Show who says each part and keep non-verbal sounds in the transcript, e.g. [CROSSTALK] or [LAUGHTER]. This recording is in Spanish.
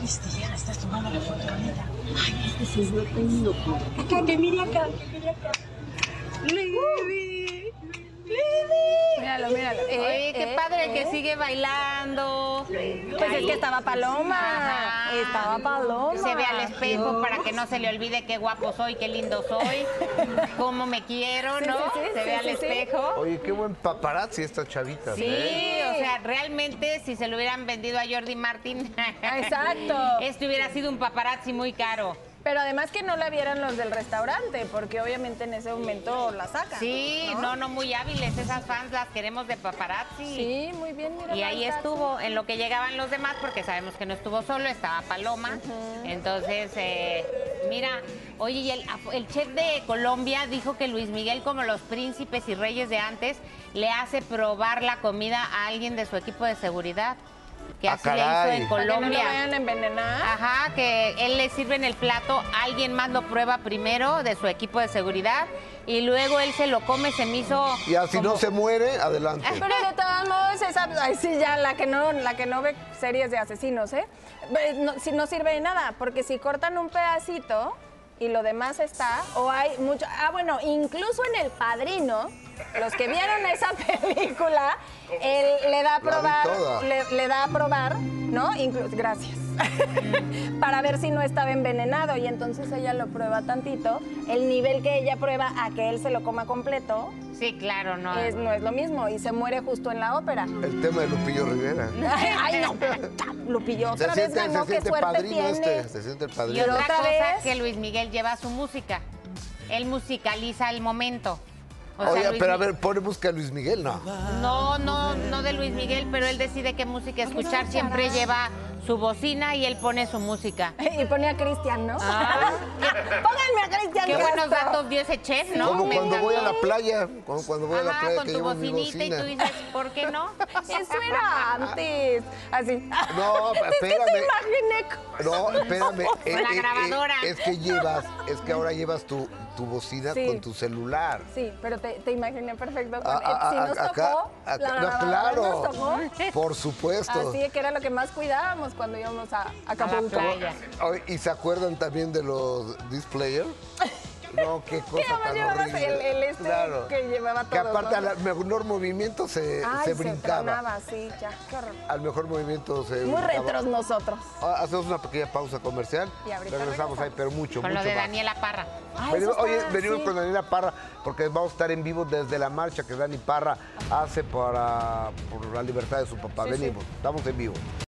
Speaker 1: Listo, ya estás tomando la foto bonita.
Speaker 2: Ay, este señor está loco.
Speaker 1: Acá, que mire acá, que mire acá. Libby, Libby.
Speaker 3: Míralo, míralo.
Speaker 4: Eh,
Speaker 3: Oye, qué
Speaker 4: eh,
Speaker 3: padre el
Speaker 4: eh.
Speaker 3: que sigue bailando.
Speaker 4: Pues es que estaba Paloma.
Speaker 3: Ajá.
Speaker 4: Estaba Paloma.
Speaker 3: Se ve al espejo para que no se le olvide qué guapo soy, qué lindo
Speaker 4: [LAUGHS]
Speaker 3: soy, cómo me quiero,
Speaker 4: Sí,
Speaker 3: ¿no?
Speaker 4: sí, sí,
Speaker 3: se ve
Speaker 4: sí,
Speaker 3: al
Speaker 4: sí, sí.
Speaker 3: espejo.
Speaker 5: Oye, qué buen paparazzi estas chavitas,
Speaker 3: Sí,
Speaker 5: ¿eh?
Speaker 3: o sea, realmente si se lo hubieran vendido a Jordi Martin,
Speaker 4: Ah, Exacto.
Speaker 3: [LAUGHS] este hubiera sido un paparazzi muy caro.
Speaker 4: Pero además que no la vieran los del restaurante, porque obviamente en ese momento la sacan.
Speaker 3: Sí,
Speaker 4: ¿no?
Speaker 3: no, no muy hábiles esas fans, las queremos de paparazzi.
Speaker 4: Sí, muy bien, mira.
Speaker 3: Y ahí
Speaker 4: está.
Speaker 3: estuvo, en lo que llegaban los demás, porque sabemos que no estuvo solo, estaba Paloma. Entonces, eh, mira, oye, y el, el chef de Colombia dijo que Luis Miguel, como los príncipes y reyes de antes, le hace probar la comida a alguien de su equipo de seguridad, que
Speaker 5: Ah,
Speaker 3: así le hizo
Speaker 5: caray.
Speaker 3: en
Speaker 4: Para que no
Speaker 3: Colombia.
Speaker 4: lo vayan a envenenar.
Speaker 3: Ajá, que él le sirve en el plato, alguien más lo prueba primero de su equipo de seguridad y luego él se lo come, se me hizo...
Speaker 5: Y así no
Speaker 3: como-
Speaker 5: se muere, adelante.
Speaker 4: Pero de todos modos, esa, ay, sí, ya la que no, la que no ve series de asesinos, ¿eh? Ve- No, si- no sirve de nada, porque si cortan un pedacito y lo demás está, o hay mucho. Ah, bueno, incluso en El Padrino, los que vieron esa [LAUGHS] película, él le da a
Speaker 5: vi toda.
Speaker 4: probar, le, le da a probar, ¿no? Inclu- gracias. [LAUGHS] Para ver si no estaba envenenado y entonces ella lo prueba tantito, el nivel que ella prueba a que él se lo coma completo,
Speaker 3: Sí, claro, no.
Speaker 4: es- no es lo mismo y se muere justo en la ópera.
Speaker 5: El tema de Lupillo Rivera.
Speaker 4: [LAUGHS] Ay, no, Lupillo, otra vez ganó, qué
Speaker 5: siente
Speaker 4: suerte
Speaker 5: padrino
Speaker 4: tiene.
Speaker 5: este, se siente el
Speaker 3: Y
Speaker 5: padrino.
Speaker 3: otra,
Speaker 4: otra
Speaker 3: cosa
Speaker 4: vez-
Speaker 3: que Luis Miguel lleva su música. Él musicaliza el momento. O sea,
Speaker 5: Oye,
Speaker 3: Luis
Speaker 5: pero a
Speaker 3: Mi-
Speaker 5: ver, pone música a Luis Miguel, no.
Speaker 3: No, no, no de Luis Miguel, pero él decide qué música escuchar. Siempre lleva su bocina y él pone su música.
Speaker 4: [LAUGHS] Y pone a Cristian, ¿no?
Speaker 3: Ah.
Speaker 4: [LAUGHS] Pónganme a Cristian
Speaker 3: Qué buenos
Speaker 4: Castro.
Speaker 3: datos dio ese chef, ¿no?
Speaker 5: Como
Speaker 3: Me
Speaker 5: cuando voy a la
Speaker 3: encantó.
Speaker 5: playa, como cuando voy a la
Speaker 3: Ajá,
Speaker 5: playa
Speaker 3: con
Speaker 5: que
Speaker 3: tu
Speaker 5: llevo mi
Speaker 3: bocinita y
Speaker 5: bocina.
Speaker 3: tú dices, ¿por qué
Speaker 5: [LAUGHS]
Speaker 3: no?
Speaker 4: Eso era antes. [LAUGHS] Así.
Speaker 5: No,
Speaker 4: es que
Speaker 5: espérame.
Speaker 4: te imaginé. co-
Speaker 5: No,
Speaker 4: [LAUGHS]
Speaker 5: espérame. eh,
Speaker 3: La
Speaker 5: eh, eh,
Speaker 3: grabadora.
Speaker 5: es que llevas, es que ahora llevas tu, tu bocina
Speaker 4: Sí.
Speaker 5: con tu celular.
Speaker 4: Sí, pero te, te imaginé perfecto. con-
Speaker 5: A- a-
Speaker 4: si
Speaker 5: a-
Speaker 4: nos
Speaker 5: Ah, acá-
Speaker 4: tocó,
Speaker 5: acá-
Speaker 4: la
Speaker 5: no,
Speaker 4: grabadora
Speaker 5: claro.
Speaker 4: nos tocó.
Speaker 5: Por supuesto.
Speaker 4: Así que era lo que más cuidábamos cuando íbamos a, a Acapulco.
Speaker 3: playa.
Speaker 5: Ay, ¿Y se acuerdan también de los
Speaker 4: [LAUGHS]
Speaker 5: displayer? No, qué cosa
Speaker 4: además
Speaker 5: tan
Speaker 4: llevabas
Speaker 5: horrible.
Speaker 4: el- el este que llevaba
Speaker 5: Que
Speaker 4: todo,
Speaker 5: aparte
Speaker 4: ¿no?
Speaker 5: al menor movimiento se,
Speaker 4: Ay, se,
Speaker 5: se brincaba.
Speaker 4: tronaba, sí, ya. Qué horror.
Speaker 5: Al mejor movimiento se
Speaker 4: Muy
Speaker 5: brincaba.
Speaker 4: retros nosotros.
Speaker 5: Ah, Hacemos una pequeña pausa comercial.
Speaker 4: Y ahorita
Speaker 5: regresamos
Speaker 4: regresamos.
Speaker 5: ahí, pero mucho,
Speaker 3: Con
Speaker 5: mucho
Speaker 3: lo de
Speaker 5: más.
Speaker 3: Daniela Parra.
Speaker 4: Ah,
Speaker 5: Venimos-
Speaker 4: eso
Speaker 5: oye,
Speaker 4: está,
Speaker 5: venimos
Speaker 4: sí.
Speaker 5: con Daniela Parra porque vamos a estar en vivo desde la marcha que Dani Parra hace para, por la libertad de su papá. venimos, estamos en vivo.